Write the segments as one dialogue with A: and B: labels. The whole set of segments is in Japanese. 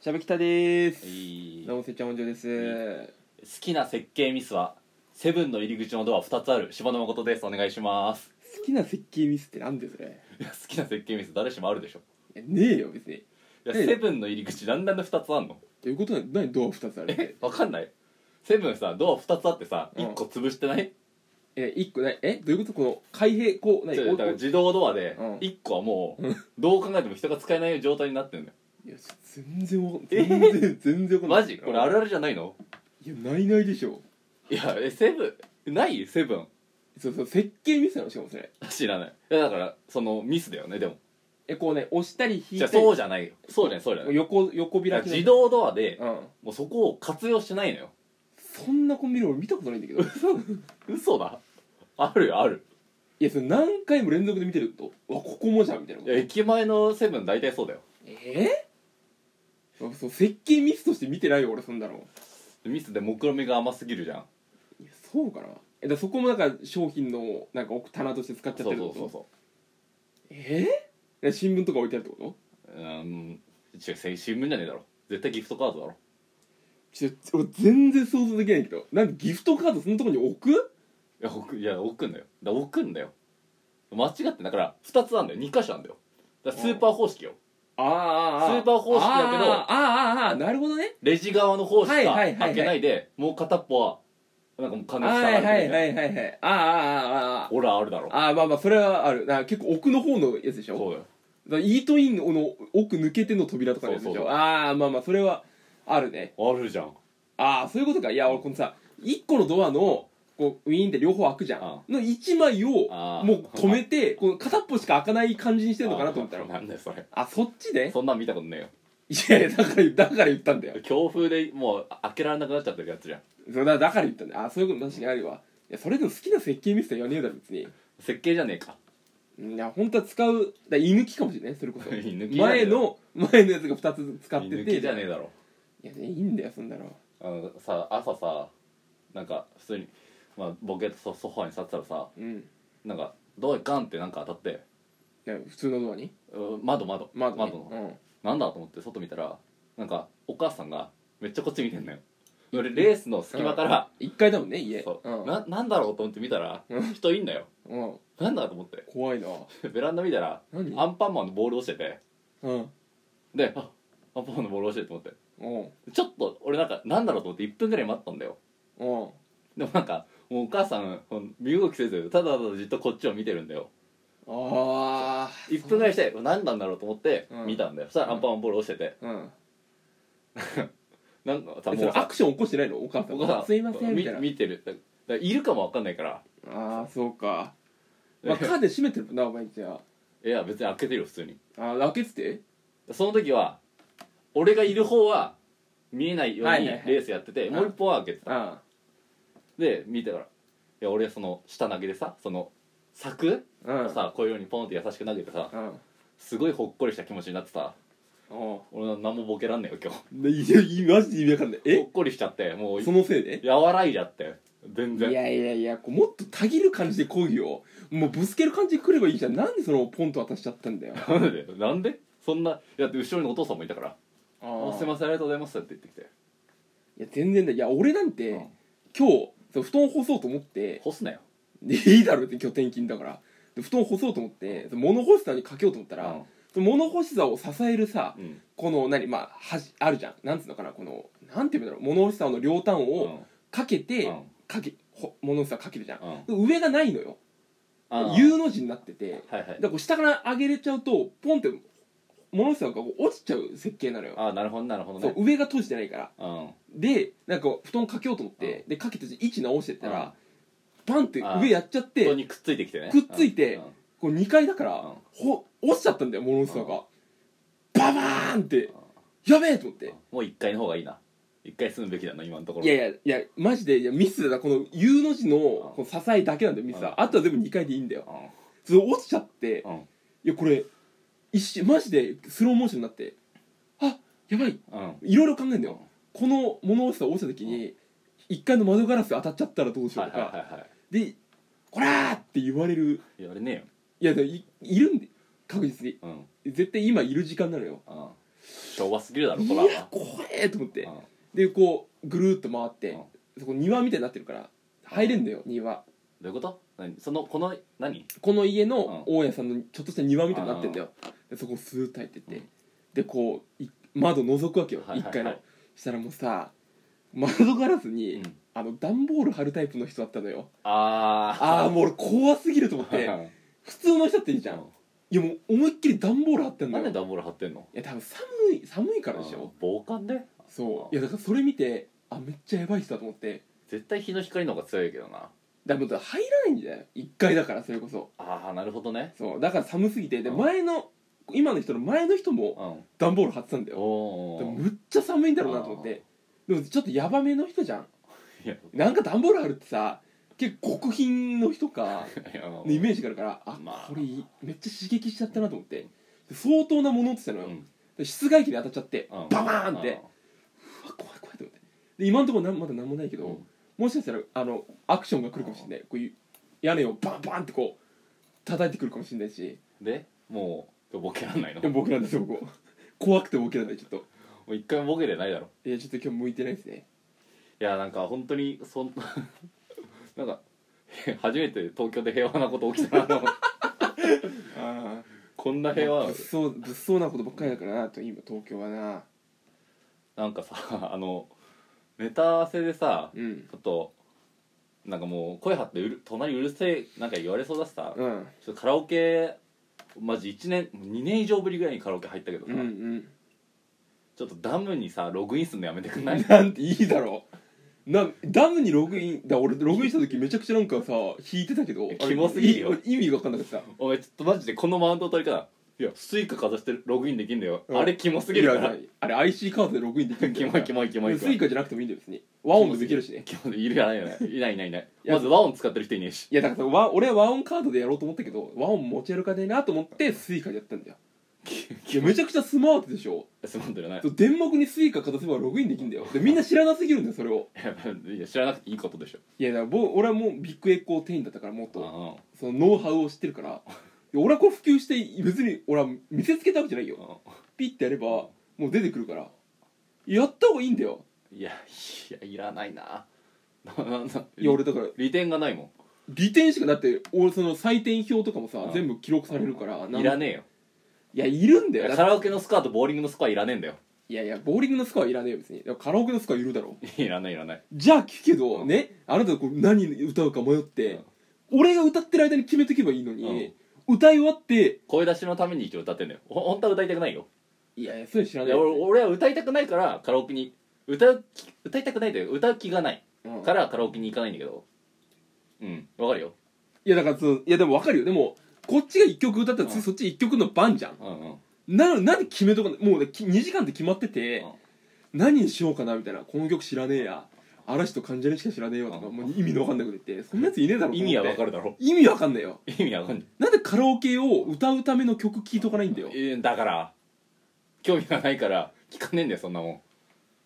A: しゃべきたです、
B: いい
A: どうもせっちゃんおんじょです、
B: 好きな設計ミスはセブンの入り口のドア2つある柴野誠ですお願いします
A: 好きな設計ミスってなんでそれい
B: いや好きな設計ミス誰しもあるでしょ
A: やねえよ別に
B: いや
A: ええ
B: セブンの入り口なんなんで2つあんの
A: どういうことなの何ドア2つあるって
B: えわかんないセブンさドア2つあってさ
A: うん
B: 1個潰してない、
A: え一個ないえどういうことこの開閉こう何
B: ちょ
A: こう
B: だから
A: こ
B: 自動ドアで
A: うん
B: 1個はもう
A: うん
B: どう考えても人が使えない状態になってんだよ
A: ういや全然わかん
B: え
A: 全然全然わかんない
B: マジこれあるあるじゃないの
A: いやないないでしょ
B: いやえセブンないセブン
A: そうそう設計ミスなのしかもそれ
B: 知らないいやだからそのミスだよねでも
A: えこうね押したり引い
B: じ
A: た
B: ゃあ
A: り
B: そうじゃないよそうじゃないそうじゃない
A: 横横開き
B: だから
A: の
B: 自動ドアで
A: うん
B: もうそこを活用してないのよ
A: そんなコンビニ俺見たことないんだけど
B: 嘘だあるよある
A: いやそれ何回も連続で見てるとうわここもじゃんみたいなこ
B: い
A: と
B: や駅前のセブン大体そうだよ
A: えー、そう設計ミスとして見てないよ俺そんなの
B: ミスで目論見みが甘すぎるじゃん
A: いやそうかなえだからそこもなんか商品のなんか奥棚として使っちゃっ
B: そ
A: て
B: う
A: るって
B: そ
A: こ
B: う
A: と
B: そうそ
A: えー、え新聞とか置いてあるってこと
B: ううーん違うせ新聞じゃねえだろ絶対ギフトカードだろ
A: ちょ俺全然想像できないけどなんでギフトカードそのとこに置く
B: いや置くいや置くんだよだ置くんだよ間違ってだから2つあんだよ2箇所あんだよだからスーパー方式よ
A: ああ
B: ああスーパー方式だけど
A: ああああああなるほどね
B: レジ側の方し
A: はい
B: か
A: はいはいはい
B: 開けないでもう片っぽはなんかもう完
A: は
B: 全に
A: い
B: 塞が
A: は
B: れて
A: い
B: るじゃ
A: は
B: ん
A: いはいはいああああああ
B: 俺はあるだろ
A: ああまあまあそれはあるだから結構奥の方のやつでしょ
B: そうだよ
A: だからイートインの奥抜けての扉とかのやつでしょ
B: そうそうそう
A: ああまあまあそれはあるね
B: あるじゃん
A: ああそういうことかいや俺このさ1個のドアのこうウィーンって両方開くじゃん
B: あ
A: の1枚を
B: ああ
A: もう止めてこう片っぽしか開かない感じにしてんのかなと思ったら
B: あなんだよそれ
A: あそっちね
B: そんなん見たことねえよ
A: いやいやだからだから言ったんだよ
B: 強風でもう開けられなくなっちゃってるやつじゃん
A: そうだだから言ったんだよあそういうこと確かにあるわいやそれでも好きな設計ミスとは言わねえだろ別に
B: 設計じゃねえか
A: うんいや本当は使うだ居抜きかもしれないそれこそ
B: 居抜きじゃね
A: 前
B: えだ
A: の前のやつが2つ使
B: 居
A: ってて
B: 抜きじゃねえだろ
A: いやねいいんだよそんなの
B: あのさ朝さなんか普通に、まあ、ボケとソソファーに座ってたらさ
A: うん
B: なんかドアガンってなんか当たって
A: いや普通のドアに
B: うん窓窓
A: 窓に
B: の、なんだと思って外見たらなんかお母さんがめっちゃこっち見てんのよ俺レースの隙間から、
A: うん、1階だもんね家
B: そう
A: うん
B: ななんだろうと思って見たら
A: うん
B: 人いんだよ
A: うん、
B: なんだと思って
A: 怖いな
B: ベランダ見たら
A: 何
B: アンパンマンのボール落ちてて
A: うん
B: であアンパンマンのボール落ちてると思って
A: うん
B: ちょっと俺なんかなんだろうと思って1分ぐらい待ったんだよ
A: うん
B: でもなんかもうお母さんほん身動きせずただただじっとこっちを見てるんだよ
A: ああ
B: 1分ぐらいして何なんだろうと思って
A: うん
B: 見たんだよ、そしたらアンパンマンボール落ちてて
A: うん
B: なんかさ
A: え
B: も
A: それ
B: う
A: ア
B: さ
A: クション起こしてないのお母さん
B: 僕さ
A: あすいませんみ
B: み
A: たいな
B: 見てるだからいるかも分かんないから
A: ああそうか、まあ、カーテン閉めてるもんなお前んちはい
B: や別に開けてるよ普通に
A: あー開けてて
B: その時は俺がいる方は見えないよう
A: はい
B: に
A: はいはい
B: レースやってて、
A: うん
B: もう一方は開けてた
A: あ
B: で見てからいや俺その下投げでさその柵
A: あうん
B: さこういうようにポンって優しく投げてさ
A: うん
B: すごいほっこりした気持ちになってさ
A: おう
B: 俺何もボケらんねえよ今
A: でいやいやマジで意味わかんない
B: 日
A: え
B: ほっこりしちゃってもう
A: そのせいで
B: 和らいじゃって全
A: い
B: 然
A: やいやいやこうもっとたぎる感じで抗議をもうぶつける感じで来ればいいじゃんなんでそのポンと渡しちゃったんだよ
B: なんでなんでそんなだって後ろにお父さんもいたから
A: あ
B: 「あすいませんありがとうございます」って言ってきて
A: いや全然だいや俺なん
B: 「
A: て、
B: うん
A: 今日そう布団干そうと思って
B: 干すなよ
A: でいいだろって拠点金だからで布団干そうと思ってその物干し竿にかけようと思った」ら、その物干し竿を支えるさ
B: うん
A: この何まあ端あるじゃんなんつうのかなこのなんていうんだろう物干し竿の両端
B: うん
A: をかけて、
B: うん
A: かけほ物干し竿かけるじゃん
B: う、ん
A: 上がないのよ
B: うん
A: U の字になってて
B: はいは
A: だか
B: い
A: らこう下から上げれちゃうとポンって物干し竿がこう落ちちゃう設計なのよ
B: ああなるほどなるほど
A: そう
B: ね
A: 上が閉じてないから
B: うん
A: でなんか布団かけようと思って、でかけて位置直してったら、バンって上やっちゃって、
B: 人にくっついてきてね
A: くっついて
B: うんうん
A: こう2階だから、
B: うん
A: ほ落ちちゃったんだよ物干し竿が、ババーンって、やべえと思って、
B: もう1回の方がいいな1回住むべきだな今のところ
A: いやいやいやマジでいやミスだなこの U の字のこの支えだけなんだよミスは、
B: うん
A: あとは全部2階でいいんだよ
B: う
A: それ落ちちゃって、
B: んうん
A: いやこれ一瞬マジでスローモーションになってあやばい
B: うん
A: いろいろ考えるんだよこの物干し竿落ちた時に、1階の窓ガラス当たっちゃったらどうしよ
B: は
A: う
B: い
A: と
B: はい
A: か、
B: はいはい
A: で「こら!」って言われる
B: 言われね
A: いやでもいいるんで確実に
B: えようん
A: 絶対今いる時間なのよ
B: うん昭和すぎるだろホラ
A: い
B: ー
A: や
B: は
A: 怖えと思って
B: うん
A: でこうぐるーっと回って
B: うん
A: そこ庭みたいになってるから入れんだよ庭
B: どういうこと何そのこの何
A: この家の大家さんのちょっとした庭みたいになってんだよでそこスーッと入ってって、
B: うん
A: でこうい窓覗くわけよ、
B: はいはいはい
A: 一階のしたらもうさ窓ガラスに、
B: うん
A: あの段ボール貼るタイプの人だったのよ
B: あー
A: ああもう俺怖すぎると思って
B: うん
A: 普通の人っていいじゃん、いやもう思いっきり段ボール貼ってんの
B: なん
A: よ
B: で
A: い
B: ダンボール貼ってんの
A: や多分寒い寒いからでしょ
B: あー防寒で
A: そういやだからそれ見てあめっちゃやばい人だと思って
B: 絶対日の光の方が強いけどな
A: だからもう入らないんだよ一階だからそれこそ
B: ああなるほどね
A: そうだから寒すぎてで
B: うん
A: 前の今の人の前の人
B: うん
A: も段ボール貼ってたんだよ
B: お
A: でも
B: ー
A: むっちゃ寒いんだろうなと思ってでもちょっとヤバめの人じゃん
B: いや
A: なんか段ボール貼るってさ結構極貧の人か
B: いや
A: のイメージがあるからあ、
B: まあ
A: これいいめっちゃ刺激しちゃったなと思ってで相当なものってたの
B: う
A: よ、
B: ん
A: で室外機で当たっちゃって、
B: うん
A: ババーンって、うわ怖い怖いと思ってで今のところなんまだ何もないけ
B: う
A: ど、
B: ん
A: もしかしたらあのアクションが来るかもしれない、こういう屋根をバンバンってこう叩いてくるかもしれないし
B: でもうボケらんないの
A: で
B: も
A: も僕なんですよこ こ怖くて動けられないちょっと
B: う一回もボケれないだろ
A: いやちょっと今日向いてないですね
B: いやなんか本当にそん なんかへ初めて東京で平和なこと起きたなと思って
A: ああ
B: こんな平和な
A: 物
B: の
A: 騒物騒なことばっかりだからなと今東京はな
B: なんかさ あのネタ合わせでさ
A: うん
B: ちょっとなんかもう声張ってうる隣うるせえなんか言われそうだしさ
A: うんうん
B: ちょっとカラオケマジ1年2年以上ぶりぐらいにカラオケ入ったけどさ、
A: うん
B: ちょっとダムにさログインするのやめてくんない
A: なんていいだろうなダムにログインだ俺ログインした時めちゃくちゃなんかさ弾いてたけど
B: やキモすぎるよ
A: あれい意味わかんなかった
B: お前ちょっとマジでこのマウントの取り方いやスイカかざしてログインできんだよ、
A: うん
B: あれキモすぎるか
A: いや
B: ら
A: いやあれ IC カードでログインできるんだ
B: キ
A: よ
B: モいキモいキモい
A: スイカじゃなくてもいいんだよ別に和音でできるしね
B: キモいいるやな いよねいないいないいない
A: いや
B: まず和音使ってる人いねえし
A: いやだからさ和俺は和音カードでやろうと思ったけど和音持ち歩かねえなと思ってスイカでやったんだよいやめちゃくちゃスマートでしょ
B: すまんだよね
A: そう電目にスイカかざせばログインできるんだよでみんな知らなすぎるんだよそれを
B: いや知らなくていいことでしょ
A: いやだからぼ俺はもうビッグエコー店員だったからもっと
B: うん
A: そのノウハウを知ってるからいや俺はこれ普及して別に俺は見せつけたわけじゃないよ
B: う
A: ピッてやればもう出てくるからやった方がいいんだよ
B: んいやいやいらないななな ない
A: いや俺だから
B: 利点がないも
A: 利点しかだって俺その採点表とかもさ
B: うん
A: 全部記録されるから
B: んいら
A: ね
B: ねえよ
A: いやいるんだよだって
B: カラオケのスコアとボーリングのスコアいらねえんだよ
A: いやいやボーリングのスコアはいらねえよ別にでもカラオケのスコアいるだろ
B: いらないいらない
A: じゃあ聞くけど
B: うん
A: ねあなたこう何歌うか迷って俺が歌ってる間に決めとけばいいのに歌い終わって
B: 声出しのために一応歌ってんだよほ本当は歌いたくないよ
A: いやいやそれ知ら
B: い
A: ない
B: や俺俺は歌いたくないからカラオケに歌う気歌いたくないというか歌う気がない
A: うん
B: からカラオケに行かないんだけどうんわかるよ
A: いやだからそのいやでも分かるよでもこっちが1曲歌ったら
B: う
A: 次
B: ん
A: そっち1曲の番じゃん
B: うんうん
A: ななんで決めとかないもうねき2時間で決まってて何にしようかなみたいなこの曲知らねえや嵐と関ジャニしか知らねえよとか
B: うん
A: もう意味の分かんなくなってそんなやついねえだろ
B: 意味はわか
A: る
B: るだろ
A: 意味わかんないよ
B: 意味はわかんない
A: なんでカラオケを歌うための曲聴いとかないんだよ
B: えーだから興味がないから聞かねえんだよそんなもん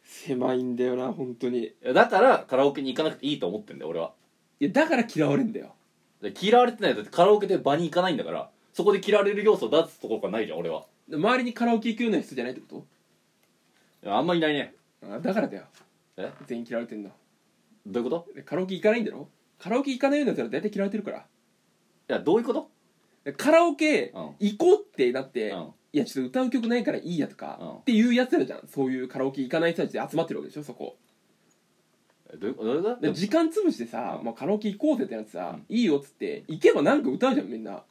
A: 狭いんだよな本当に
B: いやだからカラオケに行かなくていいと思ってんだよ俺はい
A: やだから嫌われんだよ
B: で嫌われてないだってカラオケで場に行かないんだからそこで嫌われる要素を出すところがないじゃん俺は
A: 周りにカラオケ行くような人じゃないってこ
B: あんまいないね
A: とあだからだよ
B: え
A: 全員嫌われてんの
B: どういうこと
A: でカラオケ行かないんだろカラオケ行かないようなやつら大体嫌われてるから
B: いやどういうこと
A: でカラオケ
B: うん
A: 行こうってなって、
B: うん
A: いやちょっと歌う曲ないからいいやとか、
B: うん
A: っていうやつらじゃんそういうカラオケ行かない人たちで集まってるわけでしょそこ
B: えどういうどういうこと
A: で時間潰してさ、
B: うん
A: もうカラオケ行こうぜってなってさ、いいよっつって行けばなんか歌うじゃんみんな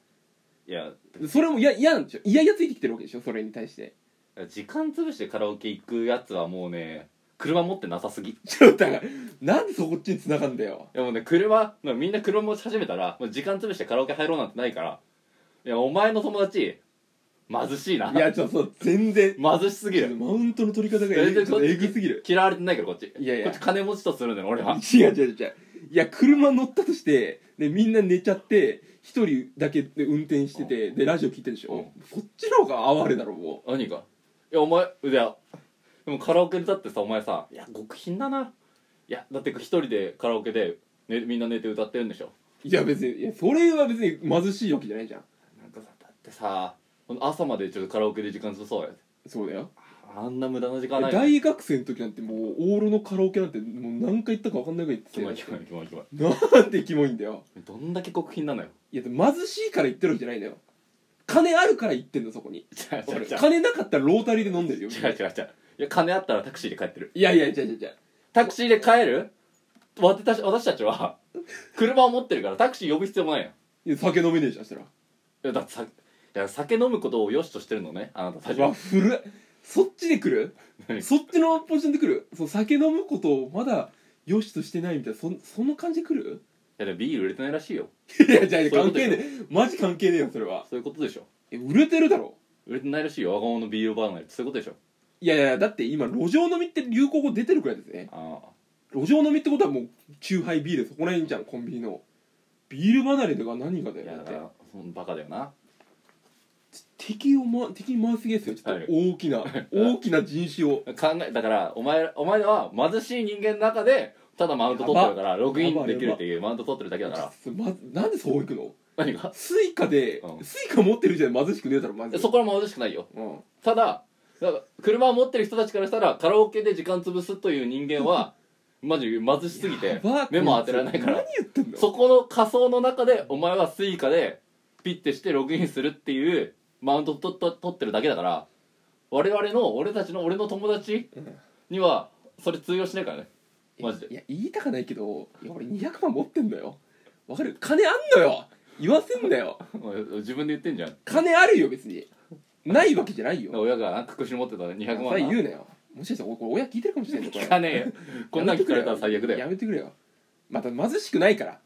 A: い
B: や
A: でそれもいや嫌なんでしょ嫌々ついてきてるわけでしょそれに対して
B: 時間潰してカラオケ行くやつはもうね車持ってなさすぎ
A: ちょっとだからなんでそこっちに繋がんだよ
B: でもね車みんな車持ち始めたらもう時間潰してカラオケ入ろうなんてないからいやお前の友達貧しいない
A: やちょっとそう全然
B: 貧しすぎ
A: ちょっと
B: る
A: マウントの取り方がえ
B: 全
A: ぐ
B: 然
A: ちょっとえぐすぎる
B: 嫌われてないからこっち
A: いやいや
B: こっち金持ちとするんだよ俺は
A: 違う違う違ういや車乗ったとしてでみんな寝ちゃって一人だけで運転しててでラジオ聞いてるでし
B: うん
A: ょそっちの方が哀れだろも
B: 何がいやお前いやでもカラオケだってさお前さいや極貧だないやだって一人でカラオケで、ね、みんな寝て歌ってるんでしょ
A: ういや別にいやそれは別に貧しいわけじゃないじゃん
B: なんかさだってさ朝までちょっとカラオケで時間潰そうや
A: そうだよ
B: あんな無駄な時間はないよ
A: 大学生の時なんてもうオーロのカラオケなんてもう何回行ったか分かんないぐらい行って
B: キ
A: たよ
B: モいキモいキモいキモい
A: なんてキモいんだよ
B: どんだけ極貧なのよ
A: いやでも貧しいから行ってるんじゃないんだよ金あるから行ってんのそこに
B: 違う違う
A: 俺
B: 違う
A: 金なかったらロータリーで飲んでるよ
B: 違う違う違ういや金あったらタクシーで帰ってる
A: いやいや違う違う違う
B: タクシーで帰る私たち私たちは車を持ってるからタクシー呼ぶ必要もないよ
A: いや酒飲めねえじゃんそしたら
B: いやだってさいや酒飲むことを良しとしてるのねあなたたち
A: うわ古いそっちで来る
B: 何
A: そっちのポジションで来るそう酒飲むことをまだ良しとしてないみたいなそんその感じで来る
B: いやでもビール売れてないら しいよ
A: いやじゃあ
B: そういうこと
A: 関係ねえマジ関係ねえよそれは
B: そういうことでしょ
A: え売れてるだろ
B: 売れてないらしいよ若者のビールバーナーってそういうことでしょ
A: いやいやだって今路上飲みって流行語出てるくらいですね
B: ああ
A: 路上飲みってことはもうチューハイビールそこら辺じゃんコンビニのビール離れとか何かだ
B: い
A: よ
B: や
A: だっ
B: だ
A: て
B: からそのバカだよな
A: 敵を、ま、敵に回しすぎですよちょっと大きな、大きな人種を
B: 考えだからお前らお前らは貧しい人間の中でただマウント取ってるからログインできるっていうマウント取ってるだけだから
A: ま、なんでそういくの
B: 何が
A: スイカで、
B: うん
A: スイカ持ってるじゃん貧しくねえだろマジ
B: え
A: で
B: そこら貧しくないよ
A: うん
B: ただだから車を持ってる人たちからしたらカラオケで時間潰すという人間はマジ貧しすぎて
A: やば
B: 目も当てられないから
A: 何言ってんの
B: そこの仮想の中でお前はスイカでピッてしてログインするっていうマウント取取取ってるだけだから我々の俺たちの俺の友達
A: うん
B: にはそれ通用しないからねマジで
A: いや言いたくないけどいや俺200万持ってんだよわかる金あんのよ言わせんだよ
B: お前自分で言ってんじゃん
A: 金あるよ別にないわけじゃない よ
B: 親が隠し持ってた200
A: それ
B: 万な
A: 言うなよもしかしたら俺これ親聞いてるかもしれ ないぞこれ
B: 聞かねえよこんなん聞かれたら最悪だよ
A: やめてくれよまた貧しくないからだか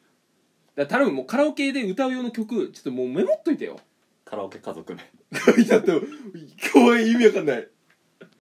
A: ら頼むもうカラオケで歌う用の曲ちょっともうメモっといてよ
B: カラオケ家族ね
A: ちょっと怖い意味わかんない